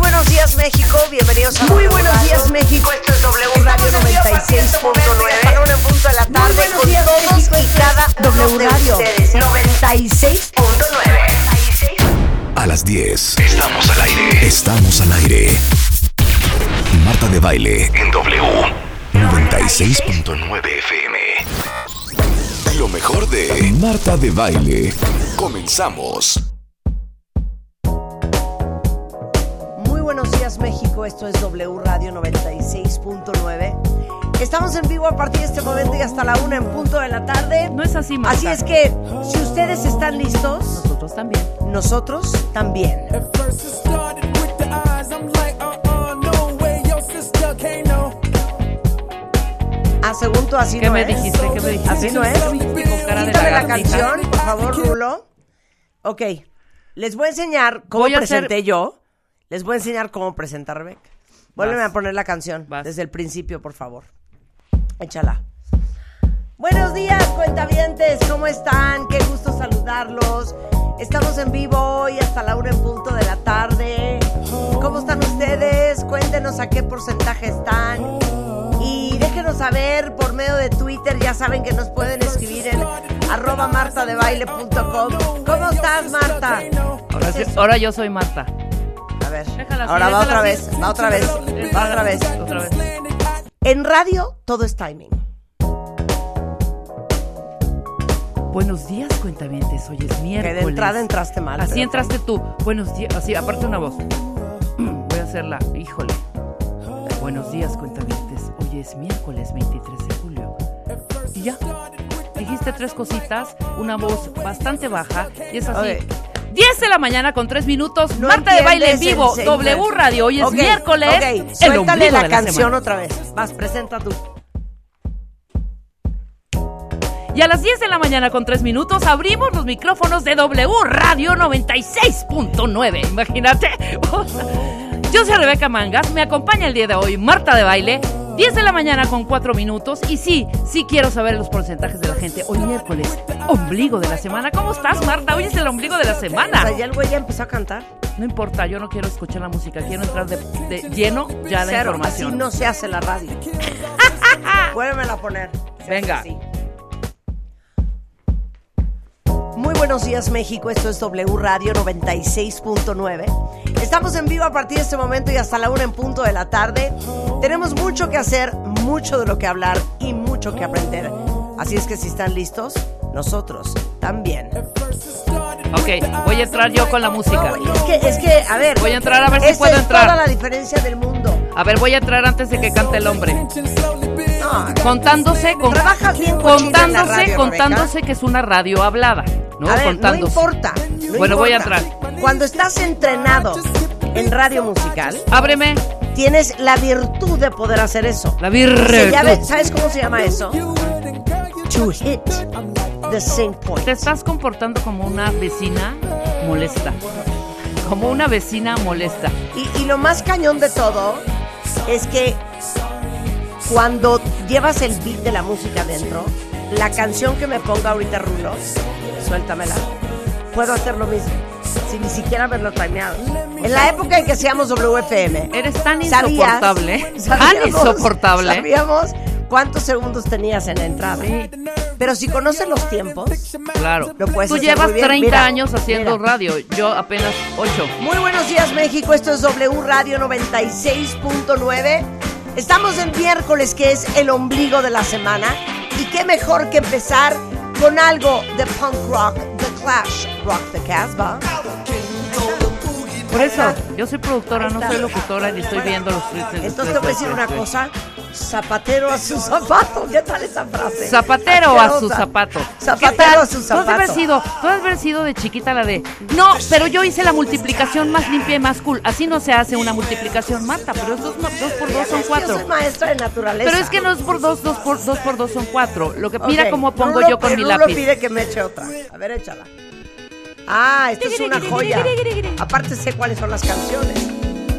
buenos días, México. Bienvenidos a Muy buenos días, México. Esto es W Radio 96.9. A la punto de la tarde Muy buenos con días, todos México. y cada W uno de Radio. ustedes. 96.9. A las 10. Estamos al aire. Estamos al aire. Marta de baile en W. 96.9 FM. Lo mejor de Marta de baile. Comenzamos. Muy buenos días, México. Esto es W Radio 96.9. Estamos en vivo a partir de este momento y hasta la una en punto de la tarde. No es así, Marta. Así es que, si ustedes están listos, Nosotros también. nosotros también. At first it started with the eyes. I'm like, uh-uh, no way, your sister can't know. Ah, según tú, así ¿Qué no me es. dijiste? ¿Qué me dijiste? Así no es. ¿Qué me dijiste con cara de Quítame la lagartija? canción, por favor, Rulo. Ok. Les voy a enseñar cómo Voy a hacer- presenté yo. Les voy a enseñar cómo presentar a Rebeca. Vuélveme Vas. a poner la canción Vas. desde el principio, por favor. Échala. Buenos días, cuentavientes. ¿Cómo están? Qué gusto saludarlos. Estamos en vivo hoy hasta la una en punto de la tarde. ¿Cómo están ustedes? Cuéntenos a qué porcentaje están. Y déjenos saber por medio de Twitter. Ya saben que nos pueden escribir en arroba martadebaile.com. ¿Cómo estás, Marta? Ahora, sí- ahora yo soy Marta. A ver, Déjala así, ahora va déjala otra así. vez, va otra vez, va otra vez. Otra vez. En radio todo es timing. Buenos días, cuentavientes. Hoy es Que miércoles. de entrada entraste mal. Así pero- entraste tú. Buenos días. Así, aparte una voz. Voy a hacerla. Híjole. Buenos días, cuentavientes. Hoy es miércoles 23 de julio. Y ya. Dijiste tres cositas, una voz bastante baja, y es así. Oye. 10 de la mañana con 3 minutos, No Marta de Baile en entiendes vivo, el señor. W Radio, hoy es Ok, miércoles. ok, el Suéltale ombligo la de canción semana. otra vez. Vas, presenta tú. Y a las 10 de la mañana con 3 minutos abrimos los micrófonos de W Radio 96.9. Imagínate. O sea, Yo soy Rebeca Mangas, me acompaña el día de hoy Marta de Baile. 10 de la mañana con 4 minutos. Y sí, sí quiero saber los porcentajes de la gente. Hoy miércoles, ombligo de la semana. ¿Cómo estás, Marta? Hoy es el ombligo de la O sea, semana. ya el güey ya empezó a cantar. No importa, yo no quiero escuchar la música. Quiero entrar de, de lleno ya a la Cero, así información. no se hace la radio. Vuélvemela a poner. Se hace Venga. así. Muy buenos días México, esto es W Radio 96.9. Estamos en vivo a partir de este momento y hasta la una en punto de la tarde. Tenemos mucho que hacer, mucho de lo que hablar y mucho que aprender. Así es que si están listos, nosotros también. Ok, voy a entrar yo con la música. No, es que, es que, a ver. Voy a entrar a ver si esa puedo es entrar. toda la diferencia del mundo. A ver, voy a entrar antes de que cante el hombre. No, Contándose, con- Trabajas bien cochina en la contándose, radio, contándose que es una radio hablada, ¿no? A ver, contándose. no importa. no Bueno, voy a importa. entrar. Cuando estás entrenado en radio musical, Ábreme tienes la virtud de poder hacer eso. la virre. Se llama- ¿Sabes cómo se llama eso? To hit the same point. Te estás comportando como una vecina molesta. Como una vecina molesta. Y, y lo más cañón de todo es que cuando llevas el beat de la música dentro, la canción que me ponga ahorita Rulo, suéltamela, puedo hacer lo mismo, sin ni siquiera haberlo planeado. En la época en que hacíamos WFM, Eres tan sabías- insoportable. sabíamos- tan insoportable. Sabíamos cuántos segundos tenías en la entrada. Sí, Pero si conoces los tiempos, claro. Lo puedes Tú hacer llevas muy bien. 30 Mira, años haciendo mira. radio, yo apenas 8. Muy buenos días México, esto es W Radio 96.9. Estamos en miércoles que es el ombligo de la semana y qué mejor que empezar con algo de punk rock, The Clash, Rock the Casbah. Por eso, yo soy productora, Ahí no está. soy locutora ni estoy viendo los tweets. de Entonces te ustedes. este. voy a decir una cosa, zapatero a su zapato, ¿qué tal esa frase? Zapatero a su Asquerosa. zapato. ¿Qué Zapatero tal? a su ¿Tú has de zapato. haber sido, tú has de haber sido de chiquita la de. No, pero yo hice la multiplicación más limpia y más cool. Así no se hace una multiplicación, Marta, pero es dos, no- dos por dos son Es que Yo cuatro. soy maestra de naturaleza. Pero es que no es por dos, dos por dos por dos son cuatro. Lo que mira Ok, cómo pongo Rulo- yo con mi Rulo lápiz. pide que me eche otra. A ver, échala. Ah, esto es una joya. Aparte sé cuáles son las canciones.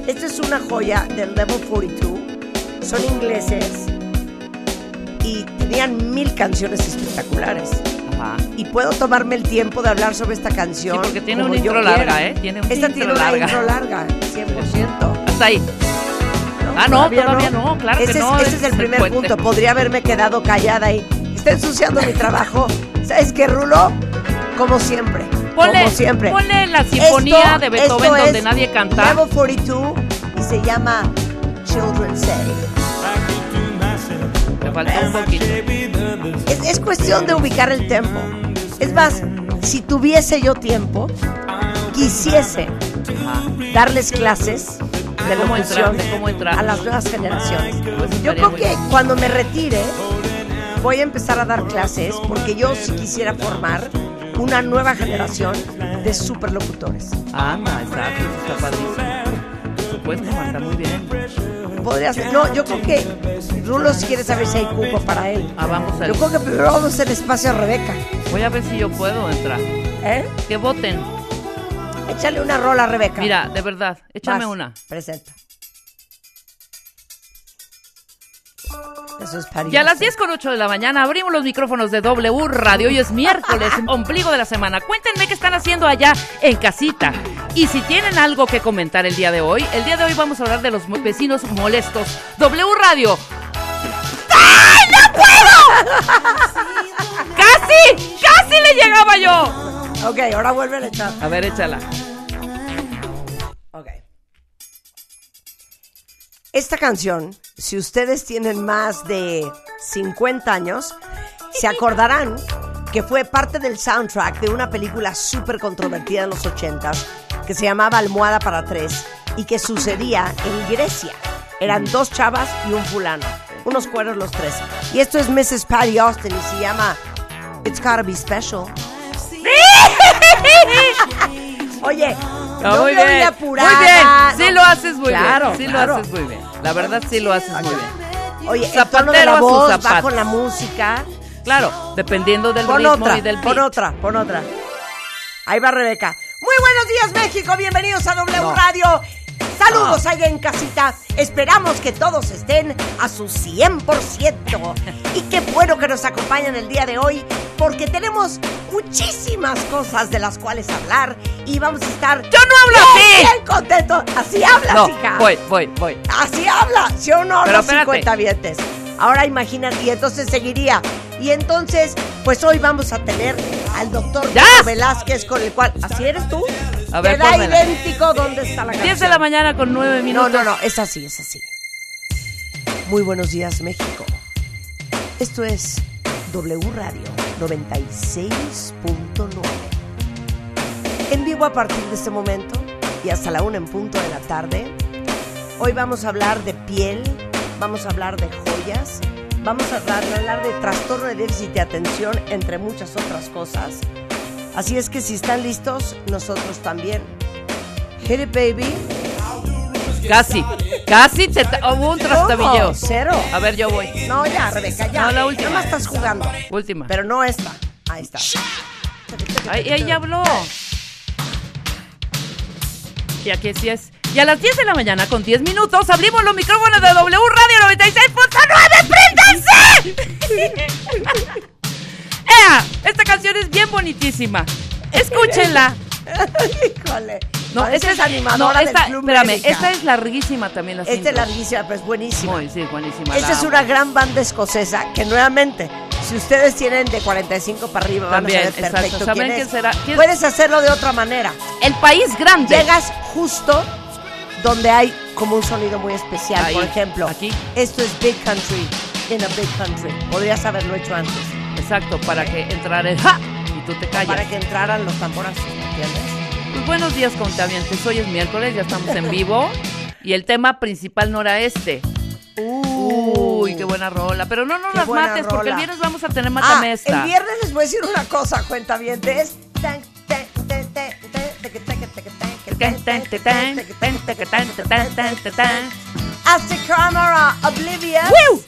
Esta es una joya del Level 42. Son ingleses y tenían mil canciones espectaculares. Ajá. Y puedo tomarme el tiempo de hablar sobre esta canción. Sí, porque tiene como una yo intro quiera. larga, ¿eh? Tiene un Esta intro tiene una larga. intro larga, 100%. hasta ahí. Ah, no, todavía no, claro ese que es, no, Ese es el primer puente. punto. Podría haberme quedado callada ahí. Está ensuciando mi trabajo. ¿Sabes qué, Rulo? Como siempre. Ponle, como siempre. ponle la sinfonía Esto- de Beethoven esto es donde nadie canta. Level 42 y se llama Children's Say. Me faltó un poquito. Es, es cuestión de ubicar el tiempo. Es más, si tuviese yo tiempo, quisiese darles clases de cómo entrar, locución de cómo entrar. Pues a las nuevas generaciones. Yo estaría creo muy que bien. cuando me retire voy a empezar a dar clases porque yo sí quisiera formar una nueva generación de superlocutores. Anda, exacto, eso Ah, está padrísimo. Por supuesto, Marta, muy bien. Podría ser- No, yo creo que Rulo si quiere saber si hay cupo para él. Ah, vamos a Yo creo que primero vamos a hacer espacio a Rebeca. Voy a ver si yo puedo entrar. ¿Eh? Que voten. Échale una rola a Rebeca. Mira, de verdad, échame Vas, una. Presenta. Eso es París. Y a las 10 con 8 de la mañana abrimos los micrófonos de W Radio. Hoy es miércoles, ombligo de la semana. Cuéntenme qué están haciendo allá en casita. Y si tienen algo que comentar el día de hoy, el día de hoy vamos a hablar de los mo- vecinos molestos. W Radio. ¡Ay, no puedo! ¡Casi! ¡Casi le llegaba yo! Ok, ahora vuelve a echar. A ver, échala. Ok. Esta canción, si ustedes tienen más de 50 años, se acordarán que fue parte del soundtrack de una película súper controvertida en los 80s que se llamaba Almohada para tres y que sucedía en Grecia. Eran Mm. dos chavas y un fulano, unos cueros los tres. Y esto es Mrs. Patty Austin y se llama It's Gotta Be Special. Oye, Ah, no muy me oí bien. apurada, Muy bien. no Sí lo haces muy Claro, bien. Sí claro. lo haces muy bien. La verdad sí lo haces muy bien. Oye, el Zapatero tono de a la su voz va zapato. con la música. Claro, dependiendo del Pon ritmo otra, y del beat. pon otra, pon otra. Ahí va Rebeca. Muy buenos días, México. Bienvenidos a W Radio. Saludos allá en casita. Esperamos que todos estén a su 100%. Y qué bueno que nos acompañan el día de hoy, porque tenemos muchísimas cosas de las cuales hablar y vamos a estar. ¡Yo no hablo así! Bien contento. Así hablas, No, hija. voy, voy, voy. Así habla, ¿sí o no? Pero los espérate. 50 vientes. Ahora imagínate, y entonces seguiría. Y entonces, pues hoy vamos a tener al doctor ¡Ya! Velázquez con el cual. ¿Así eres tú? A ver, Queda pónmela. idéntico dónde está la 10 canción. de la mañana con 9 No, minutos. no, no, es así, es así. Muy buenos días, México. Esto es W Radio 96.9. En vivo a partir de este momento y hasta la una en punto de la tarde. Hoy vamos a hablar de piel, vamos a hablar de joyas, vamos a hablar, hablar de trastorno de déficit de atención, entre muchas otras cosas. Así es que si están listos, nosotros también. Hit it, baby. Casi, casi te ta- hubo un trastabilleo. ¿Cómo? Cero. A ver, yo voy. No, ya, Rebeca, ya. No, la última. Nada más estás jugando. Última. Pero no esta. Ahí está. Ahí, ahí ya habló. Y aquí sí es. Y a las 10 de la mañana con 10 minutos abrimos los micrófonos de W Radio 96.9. ¡Préndanse! ¡Ea! Esta canción es bien bonitísima. Escúchenla. Híjole. No, esta esta es animadora no, esta, del Club espérame, América. esta es larguísima también la Esta es cinco. larguísima, pero es buenísima. Muy, sí, buenísima. Esta la es amo. una gran banda escocesa que, nuevamente, si ustedes tienen de 45 para arriba, También, van a saber exacto. perfecto Saben quién quién es. será. ¿Quién- Puedes hacerlo de otra manera. El país grande. Llegas justo donde hay como un sonido muy especial. Ahí, Por ejemplo, aquí. esto es Big Country, in a Big Country. Podrías haberlo hecho antes. Exacto, para que entrar el ¡ja! y tú te callas. para que entraran los tamborazos, ¿me entiendes? Pues buenos días, contabientes. Hoy es miércoles, ya estamos en vivo. Y el tema principal no era este. Uy, qué buena rola. Pero no nos Uh. Qué las buena mates, porque rola. el viernes vamos a tener Ah, matamesta. el viernes les voy a decir una cosa, cuenta bien, es tan, tan, tan, tan, tan, tan, tan, tan, tan, tan, tan. As the camera oblivious ¡Woo!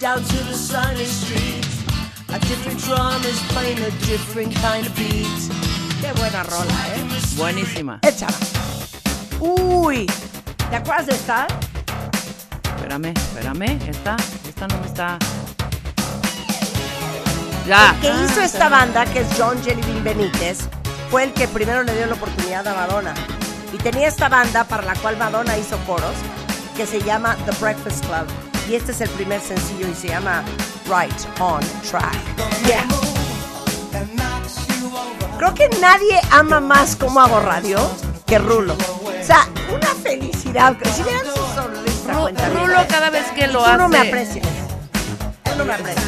down to the sunny street. A different drum is playing a different kind of beat. Qué buena rola, ¿eh? Buenísima. Échala. Uy, ¿te acuerdas de esta? Espérame, espérame. Esta, esta no me está. Ya. que hizo esta banda, que es John Jellybean Benítez, fue el que primero le dio la oportunidad a Madonna. Y tenía esta banda para la cual Madonna hizo coros, que se llama The Breakfast Club. Y este es el primer sencillo y se llama Right on Track. Yeah. Creo que nadie ama más cómo hago radio que Rulo. O sea, una felicidad. Si vean su sonrisa, Ru- cuenta bien. Rulo cada vez que lo Tú hace. no me aprecias. Tú no me aprecias.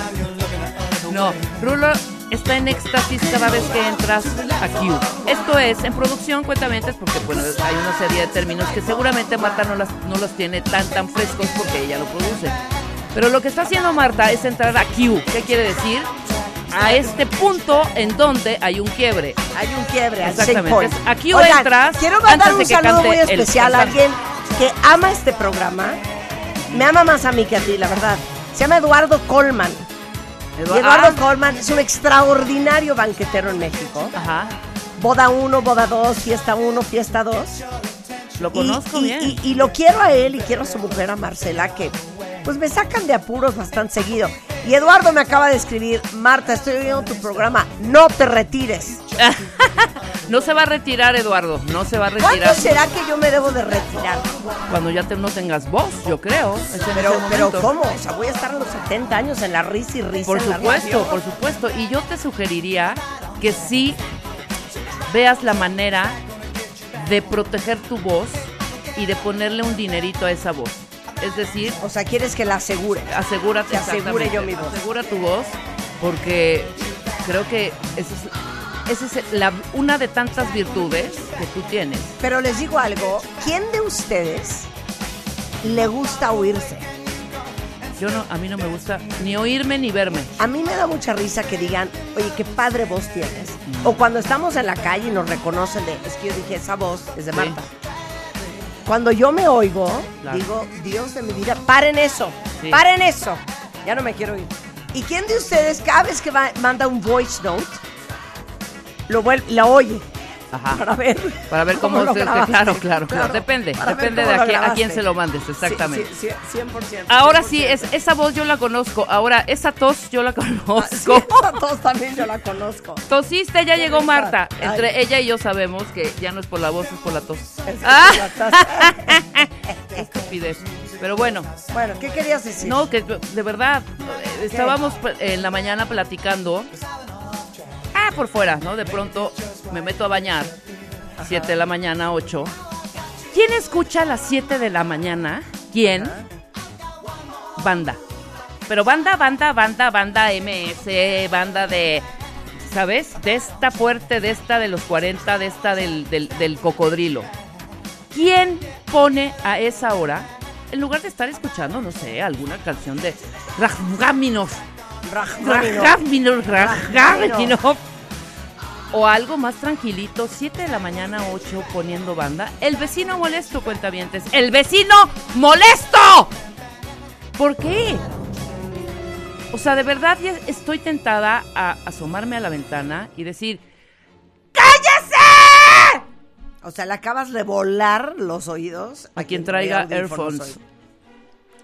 No, Rulo está en éxtasis cada vez que entras a Q. Esto es, en producción, cuentamientos, porque bueno, hay una serie de términos que seguramente Marta no, las, no los tiene tan, tan frescos porque ella lo produce. Pero lo que está haciendo Marta es entrar a Q. ¿Qué quiere decir? A este punto en donde hay un quiebre. Hay un quiebre, hay Exactamente. shake point. Aquí Oigan, entras Quiero mandar antes un de que saludo cante muy el especial a cantante. alguien que ama este programa. Me ama más a mí que a ti, la verdad. Se llama Eduardo Colman. Y Eduardo Ah, Colman es un extraordinario banquetero en México. Ajá, Boda 1, boda 2, fiesta 1, fiesta 2. lo Y- conozco y, bien. y- y lo quiero a él y quiero a su mujer, a Marcela, que pues me sacan de apuros bastante seguido. Y Eduardo me acaba de escribir, Marta, estoy viendo tu programa, no te retires. no se va a retirar, Eduardo, no se va a ¿Cuándo retirar será que yo me debo de retirar? cuando ya te- no tengas voz, yo creo. Es Pues en Pero, ese pero momento. ¿cómo? O sea, voy a estar a los 70 años en la risa y risa. Por en la supuesto, radio. por supuesto. Y yo te sugeriría que sí veas la manera de proteger tu voz y de ponerle un dinerito a esa voz. Es decir, O sea, quieres que la asegure. asegúrate. Que asegure exactamente, yo mi voz. Asegura tu voz porque creo que esa es, esa es la- una de tantas virtudes que tú tienes. Pero les digo algo, ¿quién de ustedes le gusta oírse? Yo no, a mí no me gusta ni oírme ni verme. A mí me da mucha risa que digan, oye, qué padre voz tienes. O cuando estamos en la calle y nos reconocen de, es que yo dije, esa voz es de Sí. Marta. Cuando yo me oigo, Claro. digo, Dios de mi vida, paren eso, Sí. paren eso. Ya no me quiero ir. ¿Y quién de ustedes cada vez que va- manda un voice note, lo vuelve, la oye? Ajá. Para ver. Para ver cómo, lo se- grabaste. claro, claro, claro. Depende, Para ver depende cómo de a lo quién, a quién grabaste. se lo mandes, Sí, exactamente. sí, sí, 100%. Ahora sí, 100%. es, esa voz yo la conozco. Ahora, esa tos yo la Ah, sí, conozco. esa tos también yo la conozco. Tosiste, ya llegó Marta. Ay. Entre ella y yo sabemos que ya no es por la voz, es por la tos. Es que ¡Ah! la taza- Qué estupidez. Pero bueno, Bueno, ¿qué querías decir? no, que de verdad, eh, estábamos pl- en la mañana platicando. Ah, por fuera, ¿no? De pronto me meto a bañar. 7 de la mañana, 8. ¿Quién escucha a las 7 de la mañana? ¿Quién? Banda. Pero banda, banda, banda, banda MS, banda de. ¿Sabes? De esta fuerte, de esta de los 40, de esta del, del, del cocodrilo. ¿Quién pone a esa hora, en lugar de estar escuchando, no sé, alguna canción de Rajgaminov? Rajmaninoff. Rajgaminov, Rajgaminov. Rajgaminov. O algo más tranquilito, 7 de la mañana, 8, poniendo banda. El vecino molesto, cuentavientes. ¡El vecino molesto! ¿Por qué? O sea, de verdad ya estoy tentada a asomarme a la ventana y decir, O sea, le acabas de volar los oídos a quien tenga traiga audífonos earphones. hoy.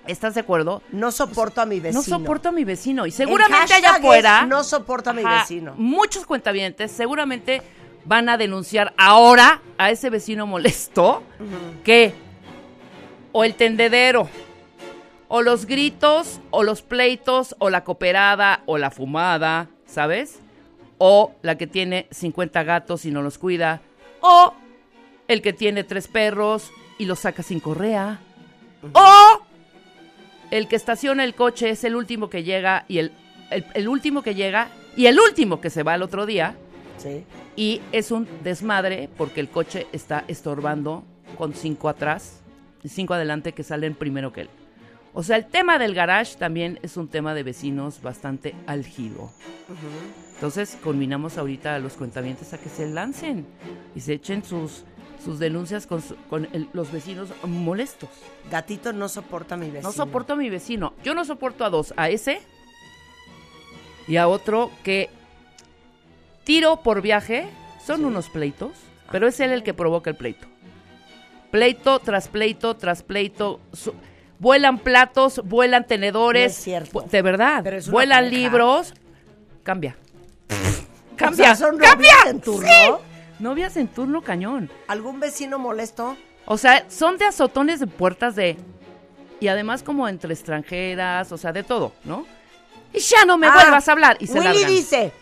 ¿Estás de acuerdo? No soporto a mi vecino. No soporto a mi vecino. Y El seguramente hashtag allá es, afuera. No soporto a mi Ajá, Mm. vecino. Muchos cuentavientes seguramente van a denunciar ahora a ese vecino molesto que o el tendedero o los gritos o los pleitos o la cooperada o la fumada, ¿sabes? O la que tiene 50 gatos y no los cuida o el que tiene tres perros y los saca sin correa o el que estaciona el coche es el último que llega y el, el, el último que llega y el último que se va al otro día Sí. y es un desmadre porque el coche está estorbando con cinco atrás y cinco adelante que salen primero que él. O sea, el tema del garage también es un tema de vecinos bastante álgido. Entonces, combinamos ahorita a los cuentamientos a que se lancen y se echen sus, sus denuncias con, su- con el- los vecinos molestos. Gatito no soporta a mi vecino. No soporto a mi vecino. Yo no soporto a dos, a ese y a otro que tiro por viaje. Son unos pleitos, Ah. pero es él el que provoca el pleito. Pleito tras pleito tras pleito. Su- vuelan platos, vuelan tenedores. No es cierto. Vu- De verdad. Pero es una vuelan pareja. libros. Cambia. O sea, Cambia. son cambia. Robinson Turno. Sí. Novias en turno cañón. ¿Algún vecino molesto? O sea, son de azotones de puertas de. Y además, como entre extranjeras, o sea, de todo, ¿no? Y ya no me Ah, vuelvas a hablar. Y se Willy largan. dice,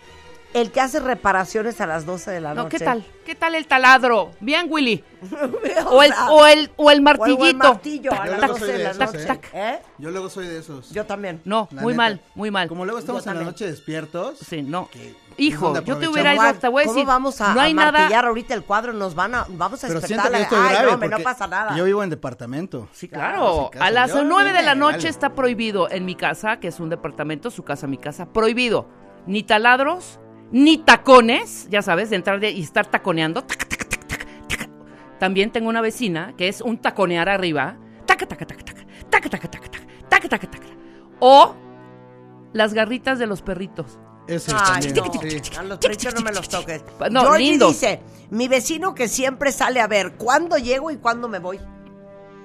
el que hace reparaciones a las 12 de la No, noche. ¿qué tal? ¿Qué tal el taladro? Bien, Willy. o, O el, sea, o el, o el o el martillito. martillo a Tac, las tac, 12 de la tac, noche. tac. ¿Eh? Yo luego soy de esos. Yo también. No, La muy neta. mal, muy mal. Como luego estamos Yo en la también. noche despiertos. Sí, no. Que- es Hijo, donde yo te hubiera ido Juan, hasta, güey, ¿Cómo vamos a, no hay a nada. martillar ahorita el cuadro? Nos van a, vamos a Pero despertar. siento que a- esto es Ay, grave. no, hombre, no porque pasa nada. Yo vivo en departamento. Sí, Claro, claro. sin casa. A las Yo, 9 de la me vale. noche está prohibido en mi casa, que es un departamento, su casa, mi casa, prohibido. Ni taladros, ni tacones, ya sabes, de entrar de- y estar taconeando. Tac, tac, tac, tac, tac. También tengo una vecina que es un taconear arriba. Taca, taca, taca, taca, taca, taca, taca, taca, taca, taca, taca. O las garritas de los perritos. Eso Ay, también. no. sí. A los perritos no me los toques. No, Georgie lindos. dice, mi vecino que siempre sale a ver cuándo llego y cuándo me voy.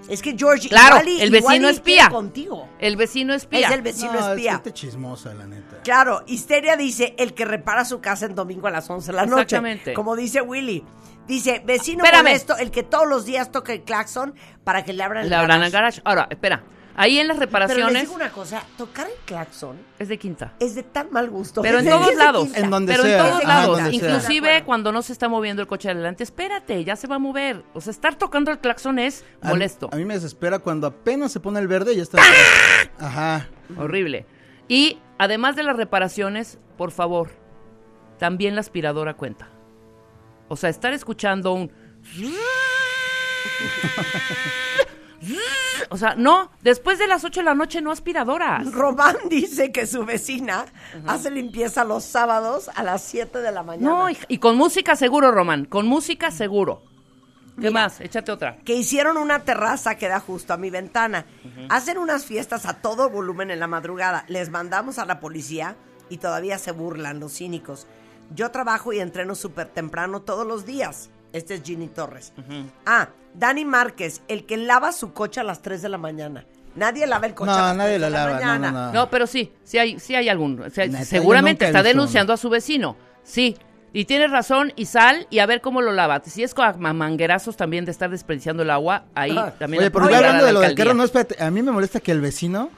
Es que Georgie, Claro, igual y- el igual vecino y espía. quiere contigo. El vecino espía. Es el vecino No, es espía. gente chismosa, la neta. Claro, Histeria dice el que repara su casa en domingo a las 11 de la noche. Exactamente. Como dice Willy. Dice, vecino Espérame. molesto, el que todos los días toca el claxon para que le abran el Le abran el garage. garage. Ahora, espera. Ahí en las Pero les reparaciones digo una cosa, tocar el claxon es de quinta. es de tan mal gusto. Pero en Desde todos que se lados. quita. En donde Pero sea. en todos ajá, lados, donde sea. inclusive De acuerdo. cuando no se está moviendo el coche adelante, espérate, ya se va a mover. O sea, estar tocando el claxon es A- molesto, A, mí me desespera cuando apenas se pone el verde y ya está. ¡Ah! Ajá. horrible. Y además de las reparaciones, por favor, también la aspiradora cuenta. O sea, estar escuchando un... O sea, no, después de las 8 de la noche no aspiradoras. Román dice que su vecina hace limpieza los sábados a las 7 de la mañana. No, hija, y con música seguro, Román, con música seguro. ¿Qué más? Échate otra. que hicieron una terraza que da justo a mi ventana. Hacen unas fiestas a todo volumen en la madrugada. Les mandamos a la policía y todavía se burlan los cínicos. Yo trabajo y entreno súper temprano todos los días. Este es Ginny Torres. Ah, Dani Márquez, el que lava su coche a las 3 de la mañana. Nadie lava el coche No, a las nadie 3 de lo la lava, no, mañana. no, no. No, pero sí, sí hay, sí hay algún. o sea, Neta, yo seguramente nunca he está visto denunciando a su vecino. Sí. Y tienes razón, y sal y a ver cómo lo lava. Si es con a- manguerazos también de estar desperdiciando el agua, ahí Ah. también. Oye, la pero puede ya llegar hablando a de la lo del alcaldía. carro, no, espérate. A mí me molesta que el vecino,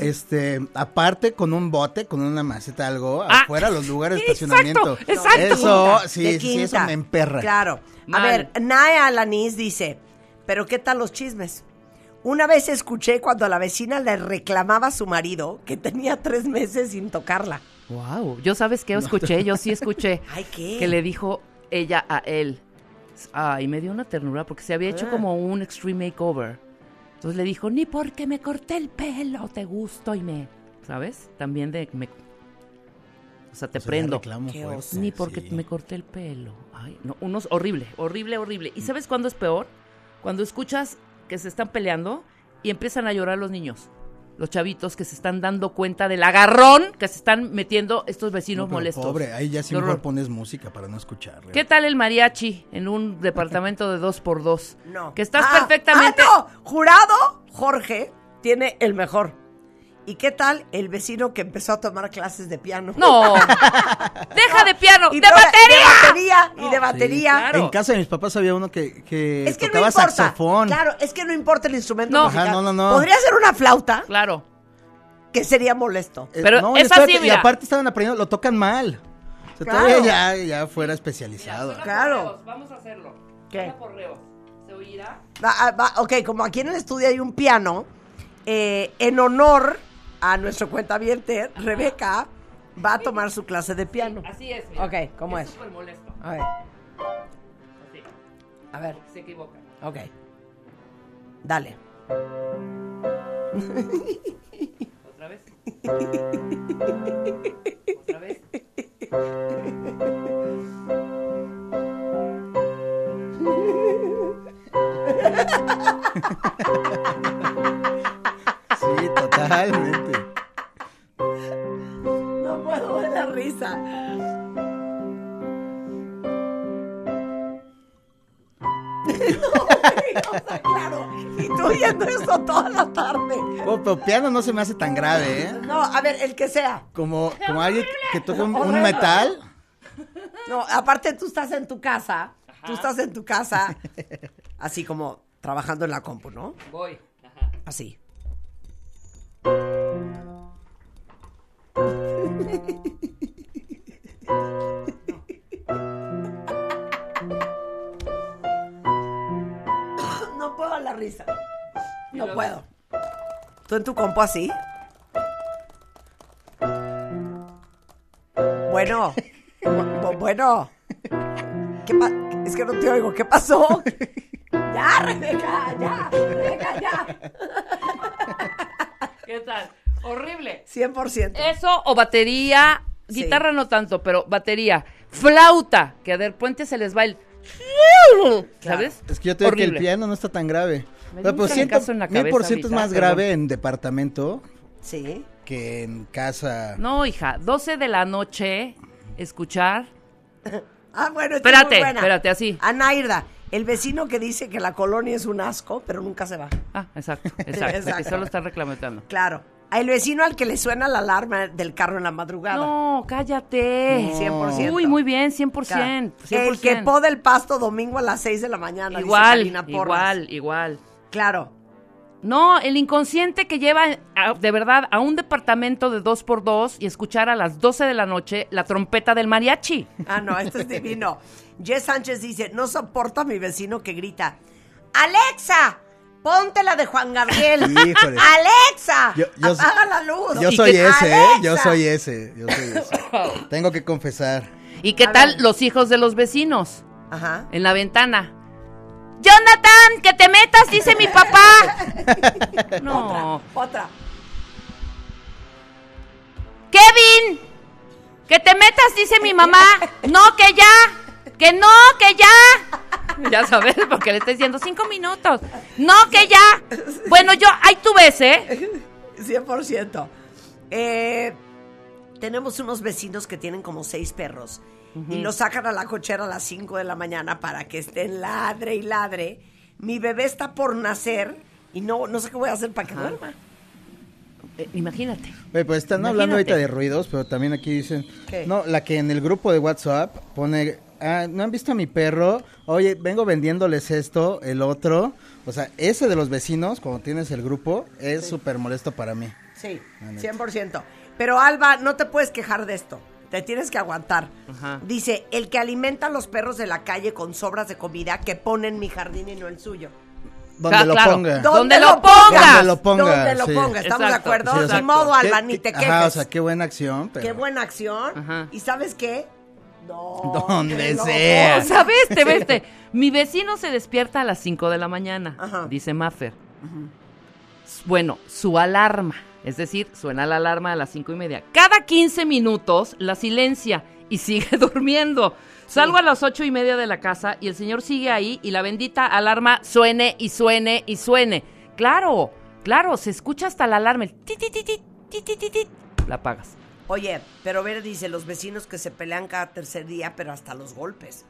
este, aparte con un bote, con una maceta, algo, Ah, afuera los lugares de exacto, estacionamiento. exacto. Eso, quinta, sí, de sí, sí, eso quinta. me emperra. Claro. Mal. A ver, Naya Alanis dice, pero ¿qué tal los chismes? Una vez escuché cuando a la vecina le reclamaba a su marido que tenía tres meses sin tocarla. Wow, yo sabes que escuché, yo sí escuché Ay, ¿qué? que le dijo ella a él. Ay, me dio una ternura porque se había Ah. hecho como un extreme makeover. Entonces le dijo, ni porque me corté el pelo, te gusto y me... ¿Sabes? También de... me- o sea, te O sea, prendo. reclamo Qué fuerte, oso. Ni porque sí. me corté el pelo. Ay, no, unos horrible, horrible, horrible. ¿Y sabes cuándo es peor? Cuando escuchas que se están peleando y empiezan a llorar los niños. Los chavitos que se están dando cuenta del agarrón que se están metiendo estos No, vecinos pero molestos. Pobre, ahí ya Qué siempre horror. pones música para no escucharle. ¿Qué tal el mariachi en un departamento de dos por dos? No. Que estás Ah, perfectamente. ah, no. Jurado, Jorge tiene el mejor. ¿Y qué tal el vecino que empezó a tomar clases de piano? no. Deja de piano, Y de ahora- batería. De batería y de batería. claro. En casa de mis papás había uno que, que Es que no tocaba importa. saxofón. Claro, es que no importa el instrumento No. musical. Ajá, no, no, no. Podría ser una flauta, Claro. que sería molesto. Eh, Pero y es así, y mira. aparte estaban aprendiendo, lo tocan mal. O sea, Claro. todavía ya, ya fuera especializado. Claro. correos, Vamos a hacerlo. ¿Qué? Suena ¿Se oirá? Va- ah, va- ok, como aquí en el estudio hay un piano, eh, en honor a nuestro cuentaviente, Rebeca va a tomar su clase de piano. Así es. mira. Ok, ¿cómo Es es? Súper molesto. A ver, a ver, se equivoca. ok. Dale. ¿Otra vez? ¿Otra vez? Sí, totalmente. No puedo ver la risa. No, o sea, claro. Y tú oyendo eso toda la tarde. Oh, pero piano no se me hace tan grave, ¿eh? No, a ver, el que sea. Como, como alguien que toca un, un metal. No, aparte tú estás en tu casa, tú estás en tu casa, así como trabajando en la compu, ¿no? Voy. Así. No puedo la risa. No puedo. ¿Tú en tu compo así? Bueno. Bu- Bueno. ¿Qué pa- es que no te oigo. ¿Qué pasó? Ya, Rebeca, ya, Rebeca, ya. ¿Qué tal? Horrible. 100%. Eso o batería, Sí. guitarra no tanto, pero batería, flauta, que a Del Puente se les va el ¿Sabes? Es que yo te digo que el Horrible. piano no está tan grave. Me dio Pero un por ciento, trancazo en la mil por cabeza ciento es ahorita, más perdón. grave en departamento Sí. que en casa. No, hija, 12 de la noche escuchar Ah, bueno, esta es Espérate, muy buena. espérate, así. Anairda, el vecino que dice que la colonia es un asco, pero nunca se va. Ah, exacto, exacto. Exacto. Que solo está reclamando. Claro. El vecino al que le suena la alarma del carro en la madrugada. No, cállate. 100%. Uy, muy bien, 100%. Claro. 100%. El que poda el pasto domingo a las 6 de la mañana. dice Karina Igual, Porras. igual, igual. Claro. No, el inconsciente que lleva a- de verdad a un departamento de dos por dos y escuchar a las 12 de la noche la trompeta del mariachi. Ah, no, esto es divino. Jess Sánchez dice, no soporto a mi vecino que grita, Alexa, ponte la de Juan Gabriel. Híjole. Alexa, Yo- yo- apaga la luz. Yo ¿Y soy qué- ese, ¿eh? Yo Pues, ¡Alexa! soy ese. Yo soy ese. Tengo que confesar. ¿Y qué A tal ver. los hijos de los vecinos Ajá. en la ventana? Jonathan, que te metas, dice mi papá. No. Otra. Kevin, que te metas, dice mi mamá. No, que ya. Que no, que ya. Ya sabes, porque le estoy diciendo cinco minutos. No, que ya. Bueno, yo, ahí tú ves, ¿eh? 100%. Eh, tenemos unos vecinos que tienen como seis perros y los sacan a la cochera a las 5 de la mañana para que estén ladre y ladre. Mi bebé está por nacer y no, no sé qué voy a hacer para que duerma. Eh, imagínate. Oye, pues están hablando Imagínate. ahorita de ruidos, pero también aquí dicen. ¿Qué? No, la que en el grupo de WhatsApp pone. Ah, ¿no han visto a mi perro? Oye, vengo vendiéndoles esto, el otro. O sea, ese de los vecinos, cuando tienes el grupo, es súper molesto para mí. Sí, La neta. 100%. Pero Alba, no te puedes quejar de esto. Te tienes que aguantar. Ajá. Dice, el que alimenta a los perros de la calle con sobras de comida que pone en mi jardín y no el suyo. Donde Ah, lo claro. ponga. ¿Dónde lo pongas? Donde lo ponga. Donde lo sí. ponga, ¿estamos Exacto, de Sí, o acuerdo? sea, Ni modo, qué- Alba, ni te qué- quejes. Ajá, o sea, qué buena acción. pero- Qué buena acción. Ajá. ¿Y sabes qué? No. Donde que lo sea. O ponga. sea, veste, veste. Mi vecino se despierta a las 5 de la mañana, Ajá. dice Maffer. Bueno, su alarma, es decir, suena la alarma a las 5 y media. Cada 15 minutos la silencia y sigue durmiendo. Salgo a las ocho y media de la casa y el señor sigue ahí y la bendita alarma suene y suene y suene. Claro, claro, se escucha hasta la alarma. El ti, ti, ti, ti, ti, ti, ti, ti. La apagas. Oye, pero ver, dice, los vecinos que se pelean cada tercer día, pero hasta los golpes.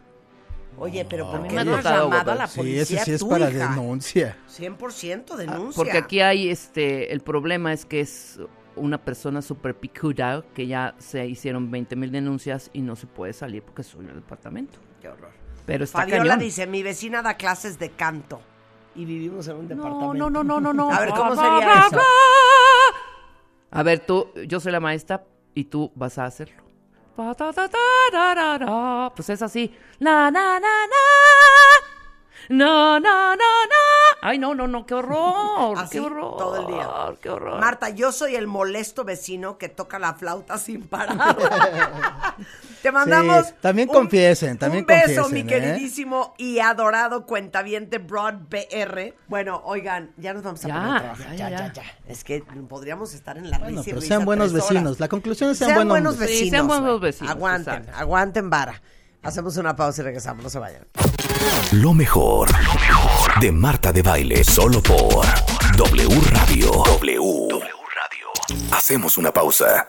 Oye, pero A ¿por mí qué me ha no has tocado llamado a la golpes. Sí, policía ese sí es tu para hija? denuncia. Ah, 100% denuncia. Porque aquí hay este, el problema es que es una persona súper picuda que ya se hicieron 20 mil denuncias y no se puede salir porque es suyo el departamento. Qué horror. Pero está Fabiola cañón. dice, mi vecina da clases de canto y vivimos en un departamento. no, no, no, no, no, no. A ver, ¿cómo Bla, sería bla, eso? bla. A ver, tú, yo soy la maestra y tú vas a hacerlo. Pa, ta, ta, ta, ra, ra, ra. Pues es así. Na, na, na, na. Na, na, na, na. Ay, no, no, no, qué horror. Así, qué horror. todo el día. Qué horror. Marta, yo soy el molesto vecino que toca la flauta sin parar. Te mandamos. Sí, también confiesen, también Un beso, confiesen, mi ¿eh? queridísimo y adorado cuentaviente Broad BR. Bueno, oigan, ya nos vamos a Ya, poner a trabajar. ya, ya, ya. Es que podríamos estar en la Bueno, risa y pero risa sean buenos tres vecinos. horas. La conclusión es sean, Sean buenos buenos vecinos. Sí, sean buenos güey. vecinos, Aguanten, exacto. aguanten vara. Hacemos una pausa y regresamos, no se vayan. Lo mejor, lo mejor de Marta de Baile, solo por W Radio. W, w Radio. Hacemos una pausa.